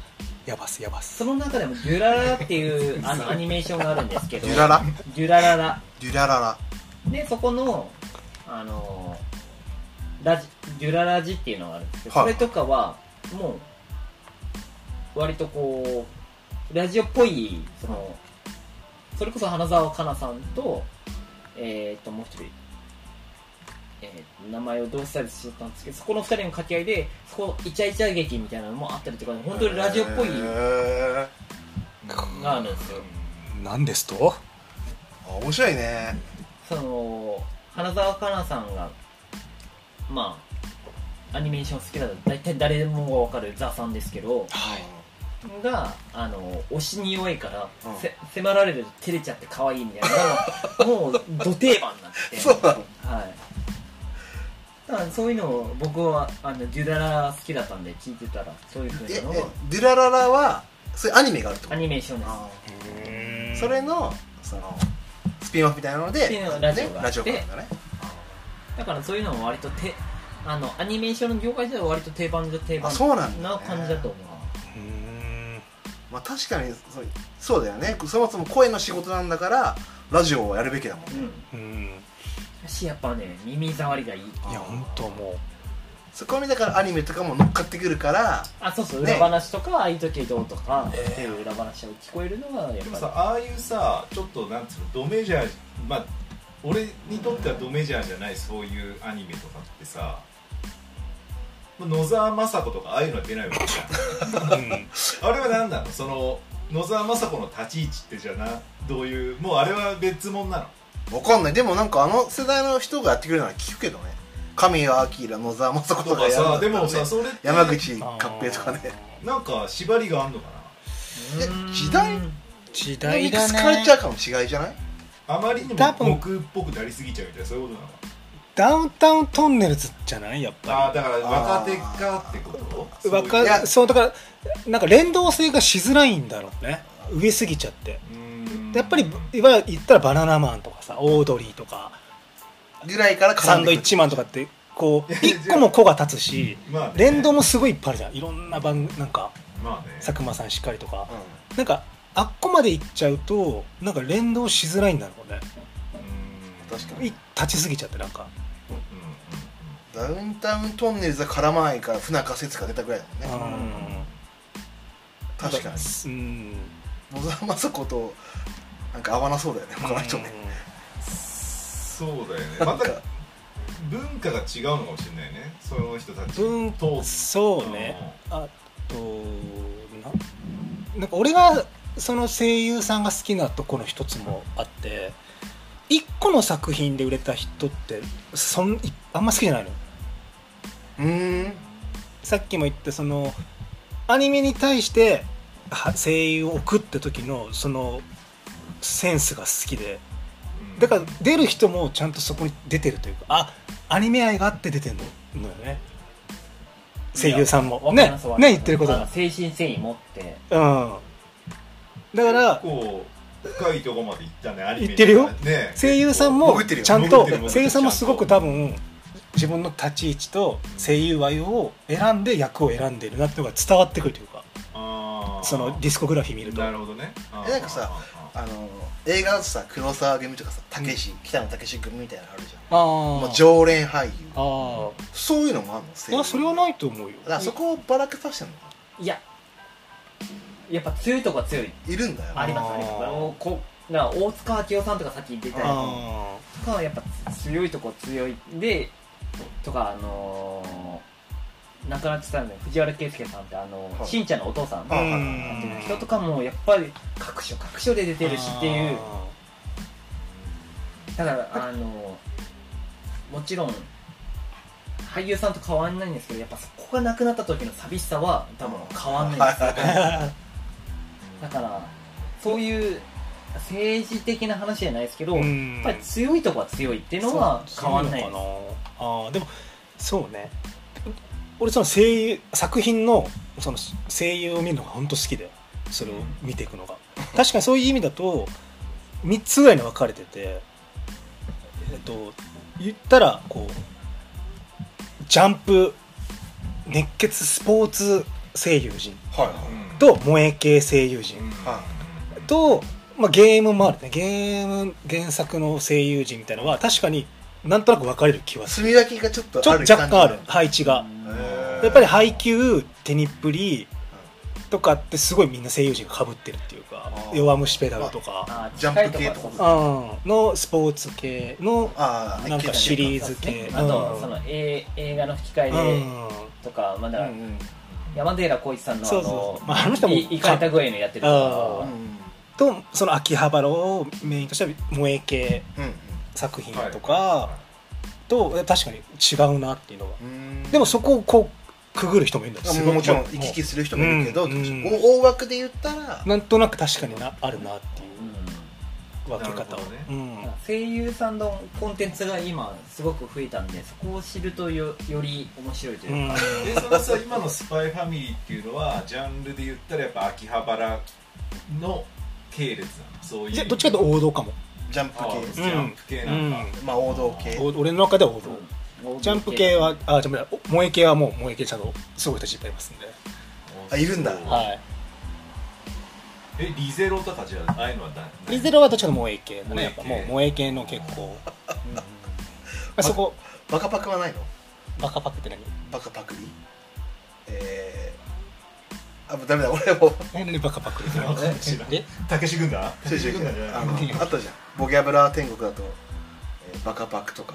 S4: やばすやばす
S2: その中でも「デュララ」っていうあのアニメーションがあるんですけ ど
S3: デュララ
S2: デュラララ
S3: デュラララ
S2: でそこのあのラジデュララジっていうのがあるんですけど、
S3: はい
S2: それとかはもう割とこうラジオっぽいそのそれこそ花澤香菜さんとえーっともう一人えー名前をどうしたりしちゃったんですけどそこの二人の掛け合いでそこイチャイチャ劇みたいなのもあったりとか本当にラジオっぽい
S3: へ
S2: の
S3: ー
S2: があるんですよ
S4: 何ですと
S3: あ面白いね
S2: その花澤香菜さんがまあアニメーション好きだと大体誰でもが分かるザさんですけど
S4: はい
S2: があの推しに弱いから、
S3: うん
S2: せ迫られると照れちゃって可愛いみたいな のがもうど定番になってて
S3: そうなの
S2: はいだからそういうのを僕はあのデュダラ好きだったんで聞いてたらそういうふ
S3: ええ
S2: うなのを
S3: デュラララはそういうアニメがあるってこ
S2: ア
S3: と
S2: ニメーションです
S3: あーそれのそのスピンオフみたいなので
S2: スピンオフラジオがあ
S3: ねラ
S2: って
S3: ジオからだね
S2: だからそういうのも割とてあのアニメーションの業界では割と定番じゃ定
S3: あ
S2: 番
S3: そうなんだ、
S2: な
S3: ね、
S2: 感じだと思う
S4: うん
S3: まあ確かにそうそうだよねそもそも声の仕事なんだからラジオをやるべきだもんね
S2: う
S4: う
S2: ん
S4: ん
S2: しやっぱね耳障りがいい
S4: いや本当もう
S3: そこにだからアニメとかも乗っかってくるから
S2: あそうそう
S3: ね
S2: 裏話とか、ああいう時どうとかっていう裏話が聞こえるのがやっ
S5: でもさ
S2: ぱ
S5: ああいうさちょっとなんつうのドメジャーまあ俺にとってはドメジャーじゃないそういうアニメとかってさまあ野沢雅子とかああいうのは出ないわけじ
S4: うん
S5: ゃんあれは何なのその野沢雅子の立ち位置ってじゃあなどういうもうあれは別物なの
S3: わかんないでもなんかあの世代の人がやってくれるなら聞くけどね神谷明野沢雅子
S5: と
S3: とかや
S5: か
S3: るんだ
S5: さ
S3: っ
S5: で
S3: たら
S5: も
S3: ね
S5: さそれって
S3: 山口勝平とかね
S5: なんか縛りがあんのか
S2: う
S3: え
S2: ーん
S3: 時代
S4: 時代
S3: ミック
S4: だ
S3: スカルチャー
S4: ね
S3: かも違いじゃない
S5: なあまりにも
S4: 多分
S5: 僕っぽくなりすぎちゃうみたいなそういうことなの
S4: ダウンタウントンネルズじゃないやっ
S5: あ
S4: ぱ
S5: あだから若手かってこと
S4: りわ
S5: そういう
S3: や
S4: かそうだからなんか連動性がしづらいんだろうね上すぎちゃって
S5: うーん
S4: やっぱりいわゆる言ったらバナナマンとかさオードリーとか
S3: ぐらいから
S4: サ
S3: 絡
S4: ン
S3: ん
S4: ド
S3: で
S4: イ
S3: く
S4: ッ
S3: る
S4: チマンとかってこ う一個の子が立つし
S5: まあね
S4: 連動もすごいいっぱいあるじゃんいろんな番なんか
S5: まあね
S4: 佐久間さんしっかりとかなんかあっこまで行っちゃうとなんか連動しづらいんだろうね
S5: うん
S3: うん確か
S4: い
S3: に
S4: 立ちすぎちゃってなんか
S5: うんうんう
S3: ダウンタウントンネルズは絡まないから船川節が出たぐらいだもんね
S4: うん
S3: 確かに
S4: うん
S3: 野沢雅子となんか合わなそうだよね他の人ね
S5: んそうだよね
S3: な
S5: ま
S3: んか
S5: た文化が違うのかもしれないねその人たち
S4: 文
S5: と
S4: そうねあとななんか俺がその声優さんが好きなとこの一つもあって一個の作品で売れた人ってそんいあんま好きじゃないの
S3: うーん
S4: さっきも言ったそのアニメに対しては声優を置くって時のそのセンスが好きで
S5: うん
S4: だから出る人もちゃんとそこに出てるというかあアニメ愛があって出てるのよね声優さんも
S2: わかり
S4: ね
S2: ますわかります
S4: ね言ってること
S2: あの
S4: が
S2: 精神繊維持って
S4: うんだから
S5: 結構深いとこまで行ったねアニメ
S4: 行ってるよ
S5: ね
S4: 声優さんも
S3: 潜ってるよ
S4: ちゃん
S5: 潜っ
S4: と
S5: てる潜ってる
S4: 声優さんもすごく多分自分の立ち位置と声優愛を選んで役を選んでるなっていうのが伝わってくるというか
S5: あー
S4: そのディスコグラフィー見ると
S5: なるほどねあー
S3: えなんかさ
S5: あーあー
S3: あの映画だとさ黒沢組とかさたけし北野武組みたいなのあるじゃん、
S4: あ
S3: まあ、常連俳優
S4: あ
S3: そういうのもあるの
S4: あいやそれはいないと思うよ
S3: だからそこをばらけさせてるのか
S2: いややっぱ強いとこは強い
S3: ないるんだよ
S2: ありますありますあのこだから大塚明夫さんとかさっき出たりと
S4: あ
S2: かはやっぱ強いとこ強いでとかあのー亡くなっちゃったんで藤原圭介さんってあの
S3: はい
S2: しんちゃんのお父さん
S3: あ
S4: あ
S3: ー
S4: うん
S2: 人とかもやっぱり各所各所で出てるしっていうだからあのもちろん俳優さんと変わんないんですけどやっぱそこがなくなった時の寂しさは多分変わんないです、だからそういう政治的な話じゃないですけど、 やっ
S4: ん
S2: ぱり強いとこは強いっていうのは変わんない
S4: そう
S2: で
S4: のかなあーでもそうね俺その声優作品のその声優を見るのが本当好きでそれを見ていくのが確かにそういう意味だと3つぐらいに分かれててえっと言ったらこうジャンプ熱血スポーツ声優陣
S3: はい
S5: うん
S4: と萌え系声優陣
S5: うん
S3: は
S4: と、まあ、ゲームもあるねゲーム原作の声優陣みたいなのは確かになんとなく分かれる気は
S3: い
S4: する
S3: 墨焼きがちょっと
S4: ちょ
S3: あ
S4: っ
S3: る
S4: と若干あ
S3: 感
S4: る
S3: じ
S4: 配置が
S3: へー
S4: やっぱり配球手にっぷりとかってすごいみんな声優陣がかぶってるっていうか
S3: あー
S4: 弱虫ペダルとか
S2: あー
S3: ジャンプ系とか
S2: 近いは
S4: うんのスポーツ系の
S3: ああ
S4: なんかシリーズ
S2: そうです
S4: 系
S2: ねあ
S4: う
S2: と
S4: ん
S2: そのえー映画の吹き替え
S4: う
S2: で
S4: ん
S2: とかま
S3: う
S2: だ
S3: ん
S2: から山寺浩一さんのあ
S4: そうそう
S2: の
S4: そうまああの人も
S2: いいかれた具合のやってると
S3: う
S2: か
S3: んうん
S4: とその秋葉原をメインとした萌え系
S3: うん
S4: 作品とか、
S5: は
S4: と確かに違うなっていうのは
S3: うん
S4: でもそこをこうくぐる人もいるんだよ
S3: あ
S4: す
S3: も
S4: ごい
S3: もちろん
S4: う
S3: 行き来する人もいるけど、
S4: うんうん
S3: お大枠で言ったら、
S4: なんとなく確かになあるなっていう
S2: うん
S4: 分け方を、
S5: なるほどね
S4: うん
S2: 声優さんのコンテンツが今すごく増えたんでそこを知るとよより面白いというか、
S5: いでそのさ今の「スパイファミリー」っていうのはジャンルで言ったらやっぱ秋葉原の系列なのそういう
S4: じゃあどっちかというと王道かも、
S3: ジャンプ
S5: あー
S3: 系、
S5: ジャンプ系なんだ、
S4: うん
S3: まあ王道系、
S4: お俺の中では王道、
S2: うん
S4: ジャンプ系はあジャンプじゃないお萌え系はもう萌え系ちゃんとすごい人たちいっぱいいますんで、
S3: あいるんだ
S4: は
S5: えリゼロとかじゃあああいうのはだ
S4: い、リゼロはどっちかというと萌え系だねやっ
S5: 萌え系
S4: ぱもう萌え系の結構、まあ、そこ
S3: バカパクはないの
S4: バカパクって何
S3: バカパクリえー、あもうダメだ俺 も
S4: 何でバカパクっ
S5: 知らん知
S4: て
S5: らん
S4: 何え
S5: たけし軍団
S3: 違う違う
S5: 軍団じ
S3: 違
S5: ゃ
S3: う
S5: な
S3: あ
S5: い
S3: のあったじゃんボギャブラ天国だと、えーバカパクとか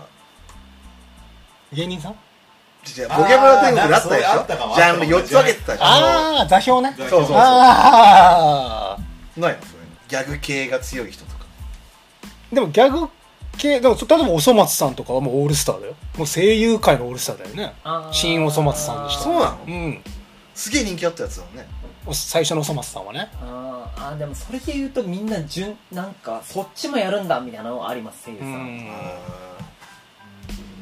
S4: 芸人さん
S3: 違う違うボギャブラ天国だったでし
S5: あーなんかそういうあったかも
S3: ょジャンル4つ分けてたじゃん
S4: ああ座標ね
S5: 座
S3: そうそう
S4: ああ
S3: ないのそれギャグ系が強い人とか
S4: でもギャグ系でも例えばおそ松さんとかはもうオールスターだよもう声優界のオールスターだよね新おそ松さんにして
S3: そうなの
S4: うん
S3: すげえ人気あったやつだもんね
S4: お最初のおそ松さんはね
S2: あーあーでもそれで言うとみんな順なんかそっちもやるんだみたいなのあります声優さん、
S3: あー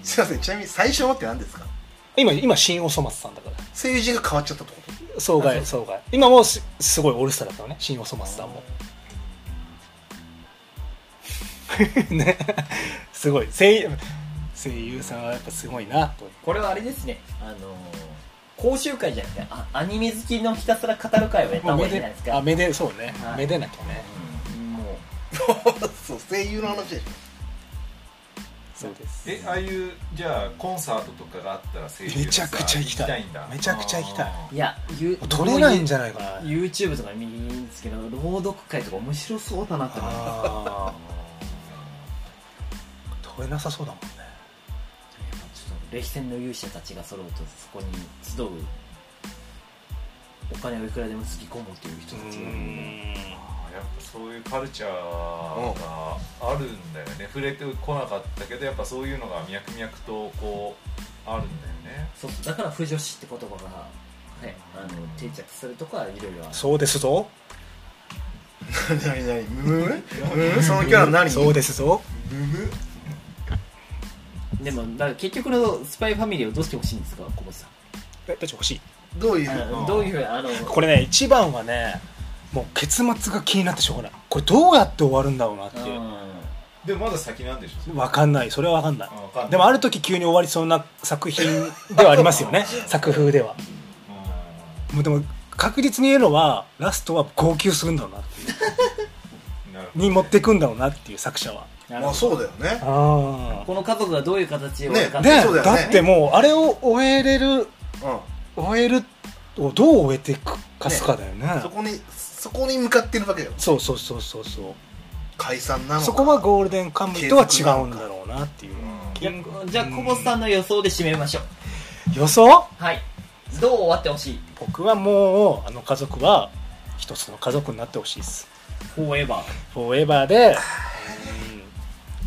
S3: すいませんちなみに最初のって何ですか
S4: 今今新おそ松さんだから
S3: 声優陣が変わっちゃったってこと
S4: 総
S2: あ
S4: 外
S2: そ
S4: 総外今もうすすごいオールスターだったのね新おそ松さ んもねすごい声優声優さんはやっぱすごいなと
S2: これはあれですねあのー講習会じゃなくてあアニメ好きのひたすら語る会をやった方がいいんじゃないですか
S4: あ目でそうね、
S2: はい
S4: めでなきゃね
S2: うんもう
S3: そう声優の話でし
S4: そうです
S5: えああいうじゃあコンサートとかがあったら声優さん
S4: めちゃくちゃ行きたい
S5: 行んだ
S4: めちゃくちゃ行きたい
S5: あー
S2: いやゆ
S4: 取れないんじゃないかな
S2: YouTube とか見にいいんですけど朗読会とか面白そうだなって思います
S4: あー取れなさそうだもんね
S2: ちょっと歴戦の勇者たちが揃うとそこに集うお金をいくらでもつぎ込むという人たちがいるので
S5: あーやっぱそういうカルチャーがあるんだよね触れてこなかったけどやっぱそういうのが脈々とこうあるんだよね
S2: そうだから不女子って言葉が、はい、あの定着するとかいろいろある
S4: そうですぞ
S3: ょ何何ムムムそのキャラ何
S4: そうですぞ
S5: むむ
S2: でもだから結局のスパイファミリーをどうしてほしいんですか小堀さん
S4: えどっち欲しい
S3: どういう
S2: あの
S5: うん
S2: どういうふうにあの
S4: これね一番はねもう結末が気になってしょうがないこれどうやって終わるんだろうなっていう
S5: でもまだ先なんでしょ
S4: 分かんないそれは分かんない
S5: あ分かんない
S4: でもある時急に終わりそうな作品ではあります よね作風では
S5: う
S4: もうでも確実に言えるのはラストは号泣するんだろうなってい
S5: んなる
S4: う
S5: ほど
S4: に持ってくんだろうなっていう作者は
S2: うん
S3: まあそうだよね
S4: あ
S2: この家族がどういう形を
S3: ね
S2: 分かんない
S4: で
S3: そうだよね
S4: だってもうあれを終えれる
S3: う
S4: 終えるをどう終えていくかすかだよね
S3: んそこにそこに向かってるわけだよ
S4: そうそうそうそうそう
S3: 解散なのか
S4: そこはゴールデンカムイとは違うんだろうなっていう
S2: いやじゃあ小堀さんの予想で締めましょう
S4: 予想
S2: はいどう終わってほしい
S4: 僕はもうあの家族は一つの家族になってほしいです
S2: フォーエバー
S4: フォーエバーで、うん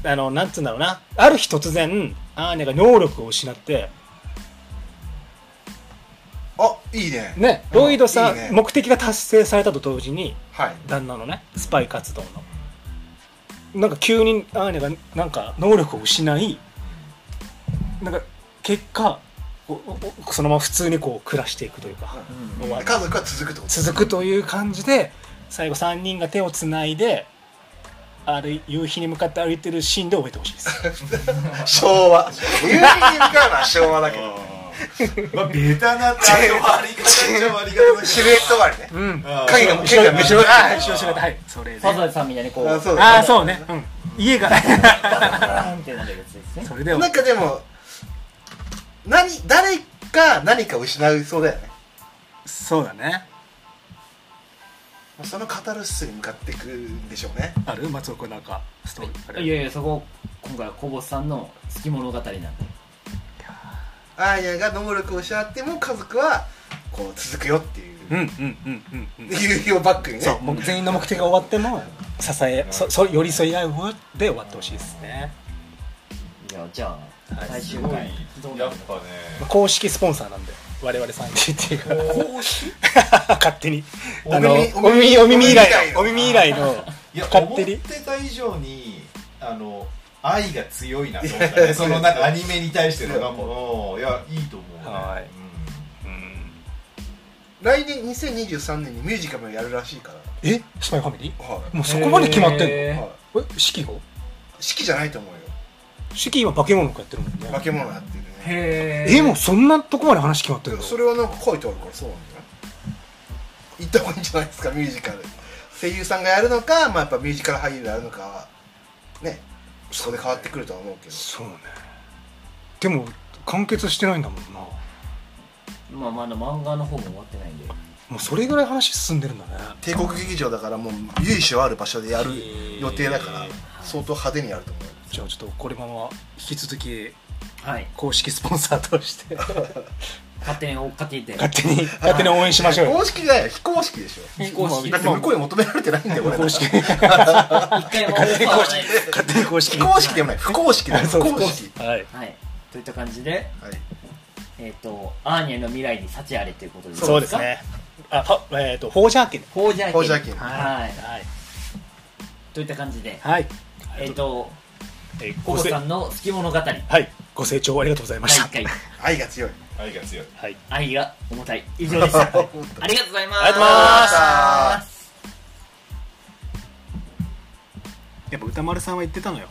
S4: あのなんつうんだろうなある日突然アーニャが能力を失って
S3: あいいね
S4: ねロイドさん、
S3: いいね
S4: 目的が達成されたと同時に
S3: はい
S4: 旦那のねスパイ活動のなんか急にアーニャがなんか能力を失いなんか結果おおおそのまま普通にこう暮らしていくというか
S2: うん
S4: 終わる
S3: 家族は続くってこと
S4: 続くという感じで最後3人が手をつないである夕日に向かって歩いてるシーンで覚えてほしいです
S3: 昭和有名かな昭和だけ ど
S5: まあベタなってあれはあり方っちゃ悪い方だけ ど
S3: シルエット割りね
S4: うん
S3: 影が影が見せろ
S4: ああ後ろ後ろではいそれで
S2: サザエさんみたいにこう
S3: あそう
S4: ああそうね、うん、家 が
S2: バーンってなるやつですね
S4: それで
S3: なんかでも何誰か何かを失いそうだよね
S4: そうだね
S3: そのカタルシスに向かっていくんでしょうね
S4: ある松尾君なんかストーリーある
S2: いやいやそこ今回は小坊さんの好き物語なんで
S3: アーニャが能力を失っても家族はこう続くよっていう
S4: うんうんうんうんうん
S3: 夕日をバックにね
S4: そうもう全員の目的が終わっても支えそそ寄り添い合うで終わってほしいですね
S2: いやじゃあ
S4: はい
S2: 来
S5: す
S2: 週
S5: ごい
S2: どうな
S5: やっ
S2: る
S5: ぱね
S4: 公式スポンサーなんで我々3人っていう
S2: 公式
S4: 勝手に
S3: お
S4: あの
S3: 耳
S4: お耳お耳以来のお
S3: お
S4: 耳
S3: 耳
S4: 以来の
S5: いや
S4: 勝
S5: 思っ
S4: 手に
S5: てた以上にあの愛が強いなと思ったねそのなんかアニメに対してのがもういやいいと思うね
S4: はい
S5: うん
S3: 来年2023年にミュージカルもやるらしいか
S4: えスパイファミリー
S3: らはい、
S4: もうそこまで決まってんのえ
S2: へー
S3: は
S4: 式
S3: い、
S4: を
S3: 式じゃないと思うよ
S4: 式今化け物くやってるもん
S3: 化
S4: ね
S3: け物やってるね
S2: へ
S4: えもうそんなとこまで話決まっ
S3: で
S4: てるの
S3: もそれはなんか書いてあるからそうなんじゃない行った方がいいんじゃないですかミュージカル声優さんがやるのか、まあ、やっぱミュージカル俳優でやるのかはねそこで変わってくるとは思うけど
S4: そうねでも完結してないんだもんな
S2: まあまだ漫画の方も終わってないんで
S4: もうそれぐらい話進んでるんだね
S3: 帝国劇場だからもう由緒ある場所でやる予定だから
S4: へー
S3: 相当派手にやると思う
S4: じゃあちょっとこれも引き続き
S2: はい
S4: 公式スポンサーとして
S2: 勝手に追っかけて
S4: 勝手に勝手に応援しましょうよ
S3: 公式じゃないよ非公式でしょ
S2: 非公式
S3: だって向こうに求められてないん だよ俺ら
S4: 公式
S2: 一回もオファーはないです
S4: 勝手に公式
S3: 非
S4: に
S3: 公式でもない不公式だよ不
S4: そう
S3: 公式
S4: はい
S2: はいといった感じで
S3: はい
S2: えっとアーニャの未来に幸あれということですか
S4: そうですねあファえっ、とフォージャー家ね
S2: フォージャーキン
S3: フォージャーキン
S2: はい
S4: はい
S2: といった感じで
S4: はい
S2: えっと
S4: えー
S2: コ
S4: ご
S2: ボ
S4: せ
S2: さんの好き物語第
S4: はいご清聴ありがとうございました
S2: 1回
S3: 愛が強い
S5: 愛が強い
S4: はい
S2: 愛が重たい以上 でしたありがとうございます
S4: ありがとうござ
S3: いま
S4: やっぱ歌丸さんは言ってたのよ